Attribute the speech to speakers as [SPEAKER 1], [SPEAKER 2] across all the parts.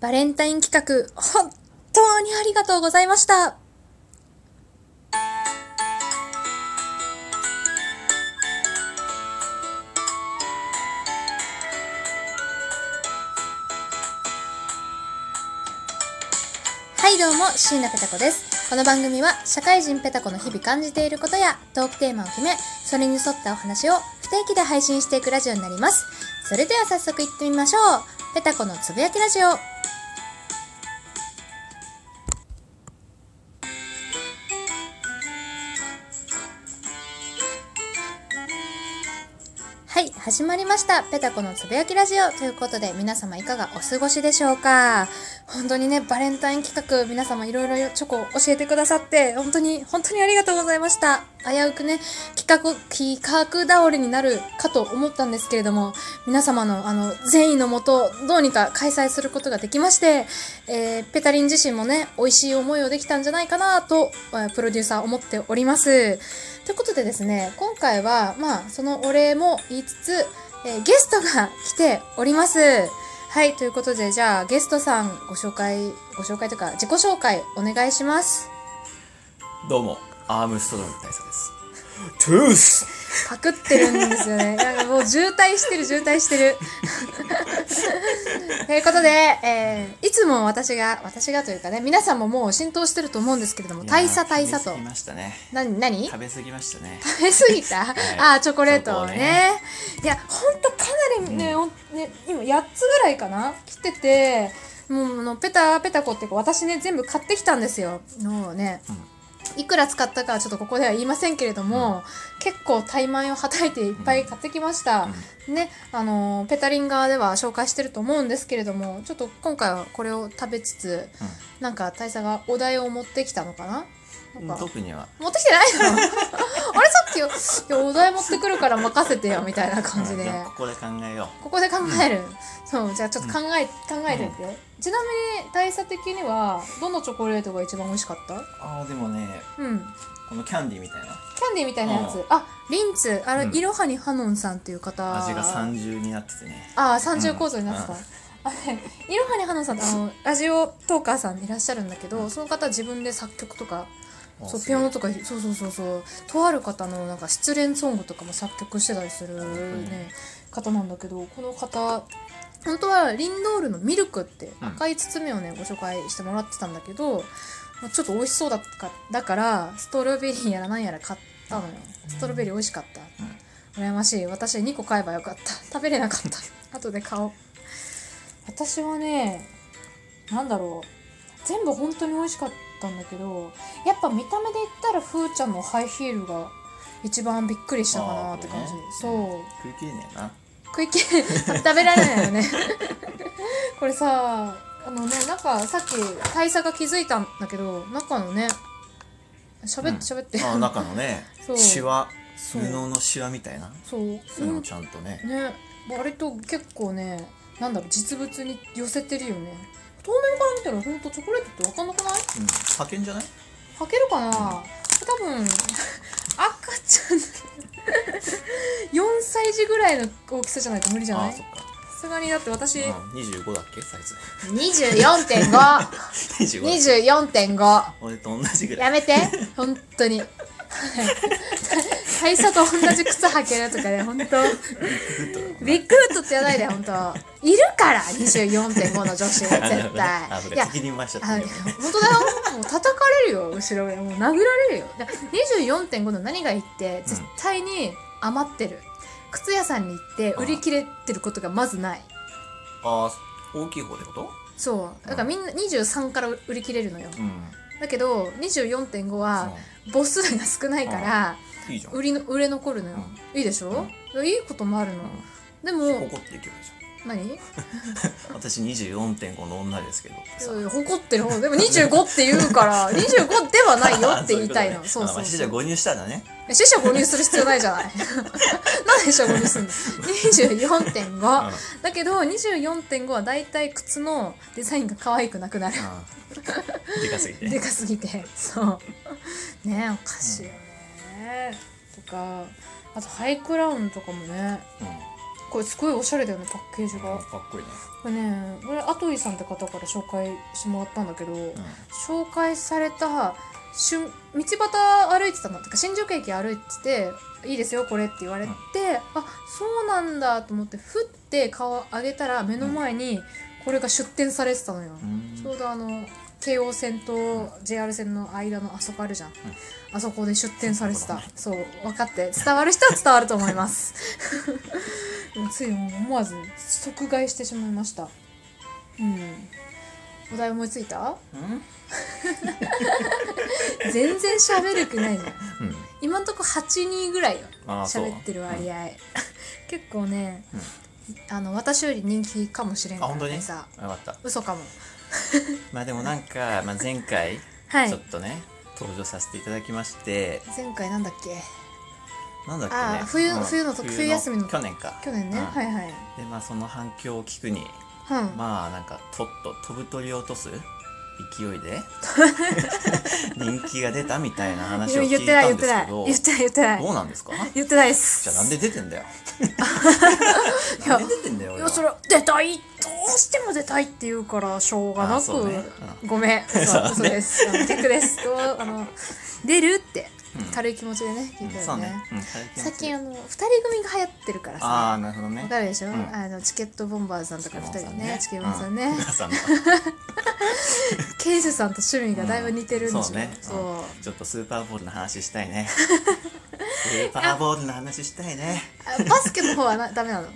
[SPEAKER 1] バレンタイン企画、本当にありがとうございました。はいどうも、椎名ペタ子です。この番組は社会人ペタ子の日々感じていることやトークテーマを決め、それに沿ったお話を不定期で配信していくラジオになります。それでは早速行ってみましょう。ペタ子のつぶやきラジオ。はい、始まりました。ペタコのつぶやきラジオということで、皆様いかがお過ごしでしょうか本当にね、バレンタイン企画、皆様いろいろチョコを教えてくださって、本当に、本当にありがとうございました。危うくね、企画、企画倒れになるかと思ったんですけれども、皆様のあの、善意のもと、どうにか開催することができまして、えー、ペタリン自身もね、美味しい思いをできたんじゃないかなと、えープロデューサー思っております。ということでですね、今回は、まあ、そのお礼も言いつつ、えーゲストが来ております。はい、ということで、じゃあ、ゲストさん、ご紹介、ご紹介というか、自己紹介、お願いします。
[SPEAKER 2] どうも、アームストロング大佐です。トゥース
[SPEAKER 1] パクってるんですよね。なんかもう、渋滞してる、渋滞してる。ということで、えーいつも私が、私がというかね、皆さんももう浸透してると思うんですけれども、大佐大佐
[SPEAKER 2] 食べ過
[SPEAKER 1] と
[SPEAKER 2] ぎ。ましたね。
[SPEAKER 1] 何、何
[SPEAKER 2] 食べ過ぎましたね。
[SPEAKER 1] 食べ過ぎた、ああチョコレートをね
[SPEAKER 2] チョコね
[SPEAKER 1] いやほんとかなりね,ほん、ね今8つぐらいかな来ててもうあのペタペタコっていうか私ね全部買ってきたんですよもうね、いくら使ったかはちょっとここでは言いませんけれども、結構怠慢をはたいていっぱい買ってきました、ねあのペタリン側では紹介してると思うんですけれどもちょっと今回はこれを食べつつ、なんか大佐がお題を持ってきたのかな
[SPEAKER 2] うん
[SPEAKER 1] なんか
[SPEAKER 2] 特には。
[SPEAKER 1] 持ってきてないの あれさっきよいやお題持ってくるから任せてよみたいな感じで
[SPEAKER 2] うんここで考えよ
[SPEAKER 1] ここで考える、そうじゃあちょっと考え、考えてみて、ちなみに大佐的にはどのチョコレートが一番美味しかった
[SPEAKER 2] う。ああ、でもね、
[SPEAKER 1] うんキ
[SPEAKER 2] このキャンディーみたい
[SPEAKER 1] ャンディーみたいなやつ、
[SPEAKER 2] うん
[SPEAKER 1] あリンツあれ、
[SPEAKER 2] うん
[SPEAKER 1] イロハニハノンさんっていう方
[SPEAKER 2] な味が三重になっててね。
[SPEAKER 1] ああ30構造になってた、
[SPEAKER 2] うん
[SPEAKER 1] あれイロハニハノンさんってあのラジオトーカーさんいらっしゃるんだけど、その方自分で作曲とか
[SPEAKER 2] あ
[SPEAKER 1] そう
[SPEAKER 2] す
[SPEAKER 1] ピ
[SPEAKER 2] ご
[SPEAKER 1] ア
[SPEAKER 2] い
[SPEAKER 1] ノとかそうそうそうそうとある方のなんか失恋ソングとかも作曲してたりするね、方なんだけどこの方本当はリンドールのミルクって
[SPEAKER 2] うん
[SPEAKER 1] 赤い包みをね、ご紹介してもらってたんだけどまあちょっと美味しそうだったかだからストロベリーやらなんやら買ったのよストロベリー美味しかった、羨ましい私2個買えばよかった食べれなか った後で買おう私はねなんだろう全部本当に美味しかったんだけどやっぱ見た目で言ったらふーちゃんのハイヒールが一番びっくりしたかなって感じ、
[SPEAKER 2] あーこれね
[SPEAKER 1] そう
[SPEAKER 2] 食い切れね えな。
[SPEAKER 1] 食い切れ食べられないよね これさあのねなんかさっき大佐が気づいたんだけど中のね喋って喋って、
[SPEAKER 2] ああ、中のね
[SPEAKER 1] そう、
[SPEAKER 2] シワ、
[SPEAKER 1] そ
[SPEAKER 2] 布
[SPEAKER 1] う
[SPEAKER 2] のシワみたいな。
[SPEAKER 1] そう
[SPEAKER 2] そういうのもちゃんとね。
[SPEAKER 1] ね割と結構ねなんだろう実物に寄せてるよね透明から見たらほんとチョコレートって分かんなくない
[SPEAKER 2] うん、派遣じゃない。
[SPEAKER 1] 履けるかな多分 赤ちゃん4歳児ぐらいの大きさじゃないと無理じゃ
[SPEAKER 2] あ
[SPEAKER 1] な
[SPEAKER 2] あ、
[SPEAKER 1] い
[SPEAKER 2] そっか。
[SPEAKER 1] さすがにだって私
[SPEAKER 2] うん、二十五だっけ、サイズ。
[SPEAKER 1] 24.5
[SPEAKER 2] 二十五。
[SPEAKER 1] 24.5
[SPEAKER 2] 俺と同じぐら
[SPEAKER 1] や
[SPEAKER 2] い。
[SPEAKER 1] めて本当に大佐と同じ靴履けるとかね本当ビッグフットってやばいで本当いるから24.5の女子絶対
[SPEAKER 2] ああ、こ
[SPEAKER 1] い
[SPEAKER 2] れ
[SPEAKER 1] や
[SPEAKER 2] 責任回しちゃった
[SPEAKER 1] あいや
[SPEAKER 2] ね。
[SPEAKER 1] 本当だよもう叩かれるよ後ろでもう殴られるよだ24.5の何がいいって絶対に余ってる、靴屋さんに行って売り切れてることがまずない
[SPEAKER 2] ああ、大きい方ってこと。
[SPEAKER 1] そうだからみんな23から売り切れるのよ
[SPEAKER 2] うん。
[SPEAKER 1] だけど24.5は
[SPEAKER 2] そ
[SPEAKER 1] 母数が少ないから
[SPEAKER 2] ういいじゃん。
[SPEAKER 1] 売りの売れ残るのよ、いいでしょ、いいこともあるの、でも
[SPEAKER 2] 怒っていけばいいじゃん。
[SPEAKER 1] 何
[SPEAKER 2] 私24.5の女ですけどってさ
[SPEAKER 1] そう誇ってる方でも25って言うから25ではないよって言いたいの そ
[SPEAKER 2] そ
[SPEAKER 1] うう
[SPEAKER 2] いうことねあま
[SPEAKER 1] そう
[SPEAKER 2] あ死者
[SPEAKER 1] そう
[SPEAKER 2] 誤入したんだね
[SPEAKER 1] 死者誤入する必要ないじゃ ないなんで死者誤入すんの24.5、だけど24.5はだいたい靴のデザインが可愛くなくなる
[SPEAKER 2] うんでかすぎ
[SPEAKER 1] で
[SPEAKER 2] て
[SPEAKER 1] かすぎてそうねえおかしいよね、とかあとハイクラウンとかもね
[SPEAKER 2] うん
[SPEAKER 1] これすごいおしゃれだよねパッケージが
[SPEAKER 2] かっこいいね、
[SPEAKER 1] これねこれアトイさんって方から紹介してもらったんだけど、
[SPEAKER 2] うん、
[SPEAKER 1] 紹介された瞬道端歩いてたのてか新宿駅歩いてて「いいですよこれ」って言われて、あそうなんだと思ってふって顔上げたら目の前にこれが出店されてたのよ、
[SPEAKER 2] うん
[SPEAKER 1] ちょうどあの京王線と JR 線の間のあそこあるじゃん、あそこで出店されてたそう分かって伝わる人は伝わると思います つい思わず即買いしてしまいましたうんお題思いついた全然喋る気ないじゃん
[SPEAKER 2] うん
[SPEAKER 1] 今んとこ8人ぐらいよ
[SPEAKER 2] あーそう
[SPEAKER 1] 喋ってる割合、 結構ね、あの私より人気かもしれん
[SPEAKER 2] あ
[SPEAKER 1] から
[SPEAKER 2] 本当に
[SPEAKER 1] ね
[SPEAKER 2] よ
[SPEAKER 1] さ
[SPEAKER 2] かった
[SPEAKER 1] 嘘かも
[SPEAKER 2] まあでもなんか、まあ、前回
[SPEAKER 1] はい
[SPEAKER 2] ちょっとね、登場させていただきまして
[SPEAKER 1] 前回なんだっけ
[SPEAKER 2] なんだっけ
[SPEAKER 1] あ
[SPEAKER 2] ね
[SPEAKER 1] ー冬
[SPEAKER 2] うん
[SPEAKER 1] 冬の時冬休みの時
[SPEAKER 2] 去年か
[SPEAKER 1] 去年ね、
[SPEAKER 2] うん
[SPEAKER 1] はいはい
[SPEAKER 2] でまあその反響を聞くに
[SPEAKER 1] うん、
[SPEAKER 2] まあなんかとっと飛ぶ鳥を落とす勢い で人気が出たみたいな話を聞
[SPEAKER 1] 言っ
[SPEAKER 2] い
[SPEAKER 1] てない
[SPEAKER 2] た
[SPEAKER 1] 言
[SPEAKER 2] ん
[SPEAKER 1] っ
[SPEAKER 2] で
[SPEAKER 1] て
[SPEAKER 2] す
[SPEAKER 1] な
[SPEAKER 2] け
[SPEAKER 1] い
[SPEAKER 2] ど
[SPEAKER 1] 言ってない言ってない
[SPEAKER 2] どうなんですかじ
[SPEAKER 1] 言ってないです
[SPEAKER 2] ゃあなんで出てんだよ
[SPEAKER 1] いや
[SPEAKER 2] なんで出てんだよ
[SPEAKER 1] い
[SPEAKER 2] 俺
[SPEAKER 1] や
[SPEAKER 2] は
[SPEAKER 1] それ出たいどうしても出たいって言うからしょうがな
[SPEAKER 2] あ
[SPEAKER 1] く、
[SPEAKER 2] そうね
[SPEAKER 1] ごめん嘘
[SPEAKER 2] そ
[SPEAKER 1] 嘘
[SPEAKER 2] うね
[SPEAKER 1] ですあの逆ですどうあの出るって軽い気持ちでね聞
[SPEAKER 2] う
[SPEAKER 1] い
[SPEAKER 2] ん
[SPEAKER 1] た
[SPEAKER 2] そ
[SPEAKER 1] よ
[SPEAKER 2] う
[SPEAKER 1] ね,、
[SPEAKER 2] ね、うん、
[SPEAKER 1] 最近あの2人組が流行ってるから
[SPEAKER 2] ああ
[SPEAKER 1] さ
[SPEAKER 2] なるほどね
[SPEAKER 1] わかるでしょ、
[SPEAKER 2] うん
[SPEAKER 1] あのチケットボンバーズさんとか2人ねチケボンさんね、
[SPEAKER 2] う皆さんの
[SPEAKER 1] ケイスさんと趣味がだいぶ似てるんでしょ、
[SPEAKER 2] そうね、
[SPEAKER 1] そう
[SPEAKER 2] うんちょっとスーパーボールの話した いねスーパーボールの話したいね
[SPEAKER 1] あバスケの方はなダメなの
[SPEAKER 2] ん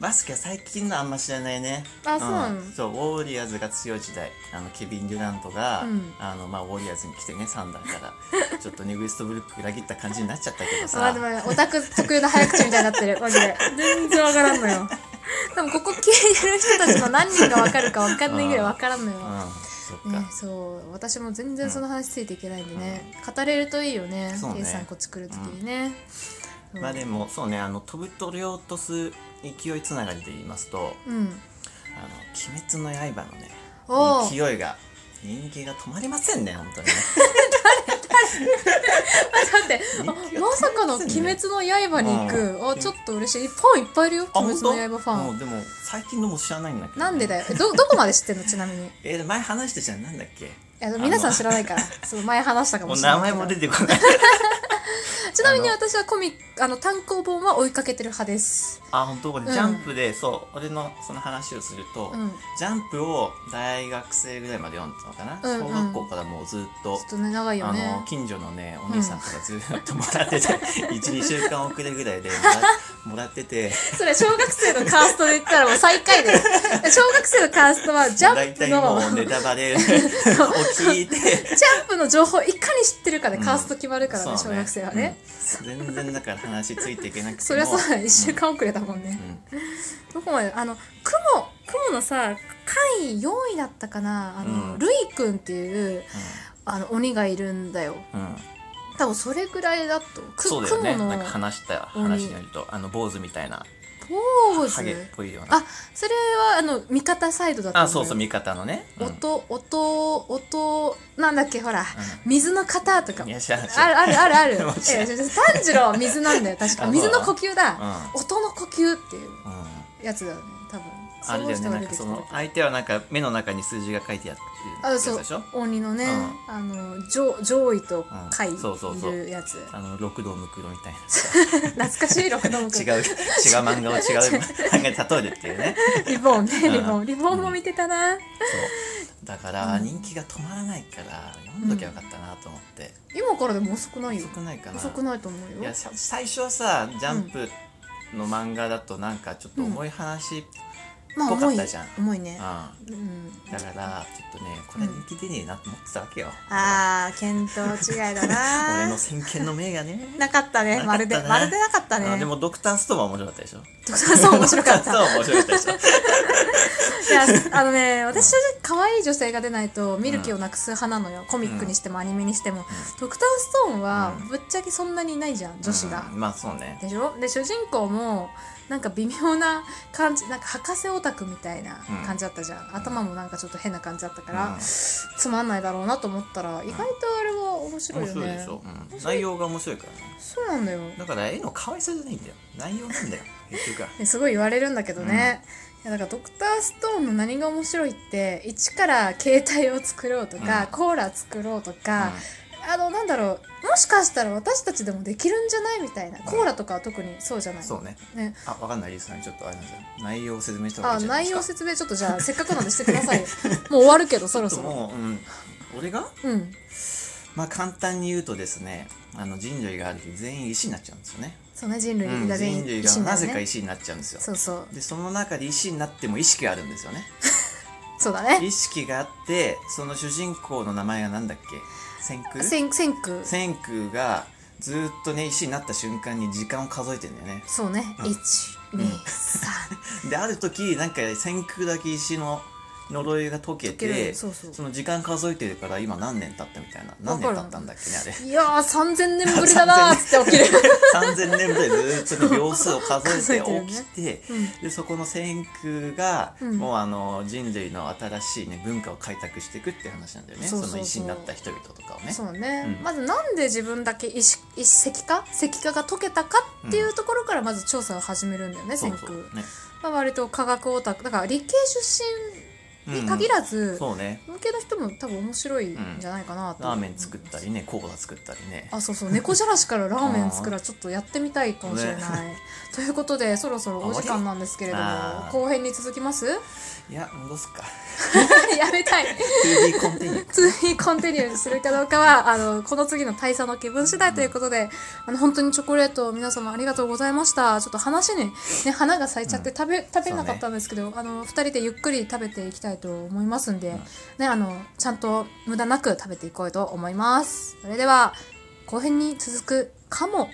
[SPEAKER 2] バスケは最近のあんま知らないね
[SPEAKER 1] あそうなの
[SPEAKER 2] んそうウォリアーズが強い時代あのケビン・デュラントが、
[SPEAKER 1] うん
[SPEAKER 2] あのまあ、ウォリアーズに来てねサンダーか らちょっとねウエストブルック裏切った感じになっちゃったけど
[SPEAKER 1] まあ
[SPEAKER 2] さ
[SPEAKER 1] でもねオタク特有の早口みたいになってるマジで全然わからんのよ多分ここ聞いてる人たちの何人がわかるかわかんないぐらいわからんのよ
[SPEAKER 2] うんそっか、
[SPEAKER 1] ね、そう私も全然その話ついていけないんでね、語れるといいよね
[SPEAKER 2] そうね
[SPEAKER 1] 計算庫作るときにね、
[SPEAKER 2] まあでもそうねあの飛ぶ鳥を落とす勢いつながりで言いますと「
[SPEAKER 1] うん
[SPEAKER 2] あの鬼滅の刃」のね
[SPEAKER 1] おお
[SPEAKER 2] 勢いが人気が止まりませんね本当にね
[SPEAKER 1] だってあ
[SPEAKER 2] 人気が
[SPEAKER 1] まさかの「
[SPEAKER 2] 全
[SPEAKER 1] 鬼
[SPEAKER 2] 然ね
[SPEAKER 1] 滅の刃」に行く
[SPEAKER 2] うん
[SPEAKER 1] あちょっと嬉しいファンいっぱいいるよ「
[SPEAKER 2] あ
[SPEAKER 1] 鬼滅の刃」フ
[SPEAKER 2] 本当
[SPEAKER 1] ァ
[SPEAKER 2] う
[SPEAKER 1] ン
[SPEAKER 2] んでも最近のも知らないんだけど
[SPEAKER 1] な
[SPEAKER 2] ね、
[SPEAKER 1] んでだよえどどこまで知ってんのちなみにい
[SPEAKER 2] えー前話したじゃんなんだっけ
[SPEAKER 1] や皆さん知らないからそう前話したか
[SPEAKER 2] も
[SPEAKER 1] も
[SPEAKER 2] う
[SPEAKER 1] しれない
[SPEAKER 2] 名前も出てこない
[SPEAKER 1] ちなみに私はコミあの単行本は追いかけてる派です。
[SPEAKER 2] あ本当これ、
[SPEAKER 1] うん
[SPEAKER 2] ジャンプでそう俺のその話をすると、
[SPEAKER 1] うん。
[SPEAKER 2] ジャンプを大学生ぐらいまで読んでたのかな、
[SPEAKER 1] うんうん
[SPEAKER 2] 小学校からもうずっ
[SPEAKER 1] ちょ
[SPEAKER 2] と
[SPEAKER 1] っとね長いよ
[SPEAKER 2] あ
[SPEAKER 1] ね
[SPEAKER 2] の。近所のねお兄さんとかずっともらってて、12週間遅れぐらいでも らもらってて
[SPEAKER 1] それ小学生のカーストで言ったらもう最下位で。 小学生のカーストはジャ
[SPEAKER 2] だい
[SPEAKER 1] ンプ
[SPEAKER 2] たい
[SPEAKER 1] の
[SPEAKER 2] も
[SPEAKER 1] ジャ
[SPEAKER 2] うネタバ レを聞いて
[SPEAKER 1] ンプの情報をいかに知ってるかでカースト決まるからね、
[SPEAKER 2] そ
[SPEAKER 1] 小
[SPEAKER 2] うね
[SPEAKER 1] 学生はね。
[SPEAKER 2] うん全然だから話ついていけなくても
[SPEAKER 1] そりゃそうだね、一週間遅れたもんね。
[SPEAKER 2] うん
[SPEAKER 1] どこまであの雲雲のさ回4位だったかなあの、
[SPEAKER 2] うん
[SPEAKER 1] ルイくんっていうあの鬼がいるんだよ。
[SPEAKER 2] うんうん
[SPEAKER 1] 多分それぐらいだと。く
[SPEAKER 2] そうだよね
[SPEAKER 1] 雲
[SPEAKER 2] な
[SPEAKER 1] の
[SPEAKER 2] んか話した話によるとあの坊主みたいな
[SPEAKER 1] ポー
[SPEAKER 2] ハゲっ
[SPEAKER 1] ズ。
[SPEAKER 2] ぽいような
[SPEAKER 1] あそれはあの味方サイドだった
[SPEAKER 2] あ
[SPEAKER 1] んだ
[SPEAKER 2] そう
[SPEAKER 1] よ
[SPEAKER 2] そう味方のね、うん
[SPEAKER 1] 音音音なんだっけほら、水の型とか
[SPEAKER 2] いや知らない知
[SPEAKER 1] あ
[SPEAKER 2] らない
[SPEAKER 1] るあるあるあ る
[SPEAKER 2] もう知ら
[SPEAKER 1] え
[SPEAKER 2] ん
[SPEAKER 1] 炭治郎は水なんだよ確か
[SPEAKER 2] あ
[SPEAKER 1] 水
[SPEAKER 2] そ
[SPEAKER 1] の
[SPEAKER 2] うな
[SPEAKER 1] 呼
[SPEAKER 2] の
[SPEAKER 1] 吸だ、
[SPEAKER 2] う
[SPEAKER 1] 音の呼吸っていうん
[SPEAKER 2] うん
[SPEAKER 1] やつだよね多分
[SPEAKER 2] あれだよね
[SPEAKER 1] 人
[SPEAKER 2] な
[SPEAKER 1] が
[SPEAKER 2] ん
[SPEAKER 1] 出
[SPEAKER 2] か
[SPEAKER 1] てき
[SPEAKER 2] そ
[SPEAKER 1] た
[SPEAKER 2] の相手はなんか目の中に数字が書いてある
[SPEAKER 1] あ
[SPEAKER 2] やつ
[SPEAKER 1] そう
[SPEAKER 2] でしょ
[SPEAKER 1] 鬼のね、
[SPEAKER 2] う
[SPEAKER 1] あの上上位と下位
[SPEAKER 2] うんそうそう
[SPEAKER 1] い
[SPEAKER 2] そう
[SPEAKER 1] るやつ、
[SPEAKER 2] あの六道無黒み たいな
[SPEAKER 1] 懐かしい六道く
[SPEAKER 2] 違
[SPEAKER 1] ん
[SPEAKER 2] う違う漫画を違う 漫画に例えるっていうね
[SPEAKER 1] リボンね
[SPEAKER 2] ん
[SPEAKER 1] リボンリボンも見てたな、
[SPEAKER 2] そうだから人気が止まらないから読んどきゃよかったなと思って、
[SPEAKER 1] 今からでも遅くないよ
[SPEAKER 2] 遅くないかな
[SPEAKER 1] 遅くないと思うよ
[SPEAKER 2] いやさ最初はさジャンプの漫画だとなんかちょっと重い話、うん
[SPEAKER 1] まあ
[SPEAKER 2] ぽか
[SPEAKER 1] 重
[SPEAKER 2] っ
[SPEAKER 1] い
[SPEAKER 2] たじゃん
[SPEAKER 1] 重いね
[SPEAKER 2] だ
[SPEAKER 1] うん
[SPEAKER 2] からちょっとねこれ人気出ねえなと思ってたわけよ、
[SPEAKER 1] ああ見当違い だ
[SPEAKER 2] 俺
[SPEAKER 1] な
[SPEAKER 2] の先見の明がね
[SPEAKER 1] なかったね
[SPEAKER 2] なか
[SPEAKER 1] ま
[SPEAKER 2] ったね
[SPEAKER 1] るでまるでなかったね
[SPEAKER 2] あでもドクターストーンは面白かったでしょ
[SPEAKER 1] ドクターさん面白か った
[SPEAKER 2] ドクターストーン面白かったでしょ
[SPEAKER 1] いやあのね私正直可愛い女性が出ないと見る気をなくす派なのよコミックにしてもアニメにしても、ドクターストーンは
[SPEAKER 2] うん
[SPEAKER 1] ぶっちゃけそんなにいないじゃん女子が、
[SPEAKER 2] うんまあそうね
[SPEAKER 1] でしょで主人公もなんか微妙な感じなんか博士オタクみたいな感じだったじゃん、頭もなんかちょっと変な感じだったから、
[SPEAKER 2] うん
[SPEAKER 1] つまんないだろうなと思ったら意外とあれは面白い
[SPEAKER 2] 面
[SPEAKER 1] よね、
[SPEAKER 2] 白いでしょ、うん内容が面白いからね
[SPEAKER 1] そうなんだよ
[SPEAKER 2] だから絵の可愛さじゃないんだよ内容なんだよ結局か
[SPEAKER 1] ねすごい言われるんだけどね、いやだからドクターストーンの何が面白いって一から携帯を作ろうとか、
[SPEAKER 2] うん
[SPEAKER 1] コーラ作ろうとか、
[SPEAKER 2] う
[SPEAKER 1] あのなんだろうもしかしたら私たちでもできるんじゃないみたいなコーラとかは特にそうじゃなんい
[SPEAKER 2] そうね
[SPEAKER 1] ね
[SPEAKER 2] あわかんないですかねちょっとあれなんですよ内容を説明した方
[SPEAKER 1] あ
[SPEAKER 2] がいいんじゃない
[SPEAKER 1] 内
[SPEAKER 2] ですか
[SPEAKER 1] 容説明ちょっとじゃあせっかくなんでしてくだ さいよもう終わるけどそろ
[SPEAKER 2] ちょ
[SPEAKER 1] そ
[SPEAKER 2] っと
[SPEAKER 1] ろ
[SPEAKER 2] もう、うん、俺が
[SPEAKER 1] うん
[SPEAKER 2] まあ簡単に言うとですねあの人類がある日全員石になっちゃうんですよね
[SPEAKER 1] そうね人類
[SPEAKER 2] うん
[SPEAKER 1] が全
[SPEAKER 2] 人
[SPEAKER 1] 員
[SPEAKER 2] 類
[SPEAKER 1] 一
[SPEAKER 2] が
[SPEAKER 1] 緒だ
[SPEAKER 2] な
[SPEAKER 1] よ
[SPEAKER 2] ぜか
[SPEAKER 1] ね、
[SPEAKER 2] 石になっちゃうんですよ
[SPEAKER 1] そうそう
[SPEAKER 2] でその中で石になっても意識があるんですよね
[SPEAKER 1] そうだね
[SPEAKER 2] 意識があってその主人公の名前がなんだっけ千空
[SPEAKER 1] せんせんく
[SPEAKER 2] 千空がずーっとね石になった瞬間に時間を数えてんだよね
[SPEAKER 1] そうね、
[SPEAKER 2] うん
[SPEAKER 1] 123
[SPEAKER 2] うんである時なんか千空だけ石の呪いが解け
[SPEAKER 1] け
[SPEAKER 2] て
[SPEAKER 1] るそうそう
[SPEAKER 2] の時間数えてるから今何年経ったみたいな何年経ったんだっけねあれ
[SPEAKER 1] いやー3000年ぶりだなーっつって起きる
[SPEAKER 2] 3000年ぐらいずっとね秒数を数え
[SPEAKER 1] 数えてるよ
[SPEAKER 2] て
[SPEAKER 1] ね
[SPEAKER 2] 起 きて
[SPEAKER 1] うん
[SPEAKER 2] でそこの千空が、
[SPEAKER 1] うん
[SPEAKER 2] もうあの人類の新しい、ね、文化を開拓していくって話なんだよね
[SPEAKER 1] そ
[SPEAKER 2] そう
[SPEAKER 1] そうそう
[SPEAKER 2] の石になった人々とかをね
[SPEAKER 1] そうね、
[SPEAKER 2] うん
[SPEAKER 1] まずなんで自分だけ石石石化石化が溶けたかっていうところからまず調査を始めるんだよね、
[SPEAKER 2] そ
[SPEAKER 1] 先
[SPEAKER 2] うそう
[SPEAKER 1] 駆、
[SPEAKER 2] ね
[SPEAKER 1] まあ、割と科学オタクだから理系出身に限
[SPEAKER 2] ず、
[SPEAKER 1] らず、
[SPEAKER 2] そうね
[SPEAKER 1] 文系の人も多分面白いんじゃないかなと、
[SPEAKER 2] ラーメン作ったりねコーラ作ったりね
[SPEAKER 1] あそうそう猫じゃらしからラーメン作らちょっとやってみたいかもしれない、ということでそろそろお時間なんですけれども
[SPEAKER 2] あ
[SPEAKER 1] 後編に続きます
[SPEAKER 2] いや戻すか
[SPEAKER 1] やめたい
[SPEAKER 2] 2D コンティニュー
[SPEAKER 1] 普通にコンティニューするかどうかはあのこの次の大佐の気分次第ということで、あの本当にチョコレート皆様ありがとうございましたちょっと話に、ね、花が咲いちゃって
[SPEAKER 2] う
[SPEAKER 1] 食べ,、食べなかったんですけど、あの2人でゆっくり食べていきたいと思いますんで、ね、あのちゃんと無駄なく食べていこうと思いますそれでは後編に続くかも